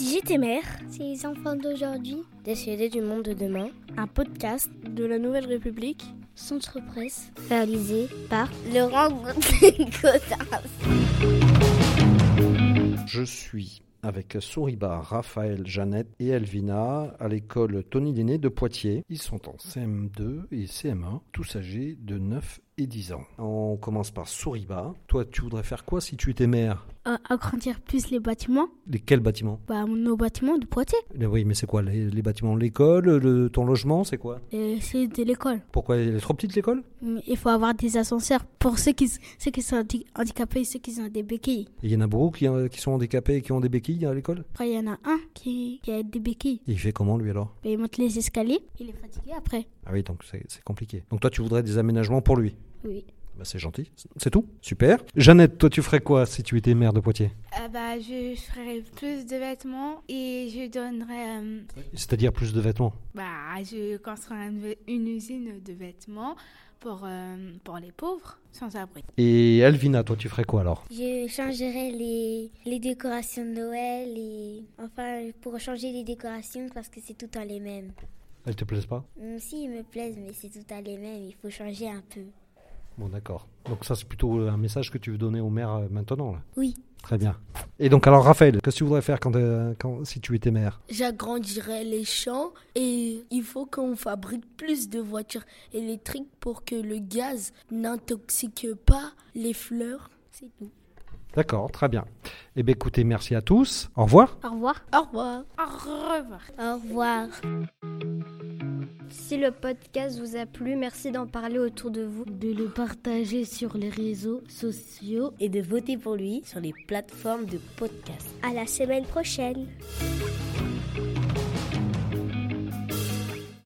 Minute et Mère, C'est les enfants d'aujourd'hui, Décédés du monde de demain, un podcast de la Nouvelle République, Centre Presse, réalisé par Laurent Gaudin. Je suis avec Souriba, Raphaël, Jeannette et Elvina à l'école Tony Linné de Poitiers. Ils sont en CM2 et CM1, tous âgés de 9 et 10 ans. On commence par Souriba. Toi, tu voudrais faire quoi si tu étais maire agrandir plus les bâtiments, les, Quel bâtiment bah, nos bâtiments de Poitiers, Eh Oui, mais c'est quoi les, les bâtiments L'école le- Ton logement C'est quoi et c'est de l'école. Pourquoi elle est trop petite l'école Mm, Il faut avoir des ascenseurs pour ceux qui, ceux qui sont handi- handicapés et ceux qui ont des béquilles. Il y en a beaucoup qui, euh, qui sont handicapés et qui ont des béquilles à l'école Après, il y en a un qui, qui a des béquilles. Et Il fait comment lui alors Et il monte les escaliers, il est fatigué après. Ah oui, donc c'est c'est compliqué. Donc toi, tu voudrais des aménagements pour lui Oui. Bah, c'est gentil, c'est tout, super. Jeannette, toi tu ferais quoi si tu étais maire de Poitiers Ah bah, je ferai plus de vêtements et je donnerai. euh, C'est-à-dire plus de vêtements. bah, je construirai une, une usine de vêtements pour, euh, pour les pauvres sans abri. Et Alvina, toi tu ferais quoi alors Je changerai les, les décorations de Noël et enfin pour changer les décorations parce que c'est tout le temps les mêmes. Elles te plaisent pas Hum, si, ils me plaisent, mais c'est tout le temps les mêmes, il faut changer un peu. Bon d'accord. Donc ça c'est plutôt un message que tu veux donner au maire euh, maintenant là Oui. Très bien. Et donc alors Raphaël, qu'est-ce que tu voudrais faire quand, euh, quand- si tu étais maire J'agrandirai les champs et il faut qu'on fabrique plus de voitures électriques pour que le gaz n'intoxique pas les fleurs. C'est tout. D'accord, très bien. Eh bien écoutez, merci à tous. Au revoir. Au revoir. Au revoir. Au revoir. Au revoir. Si le podcast vous a plu, merci d'en parler autour de vous. de le partager sur les réseaux sociaux et de voter pour lui sur les plateformes de podcast. À la semaine prochaine.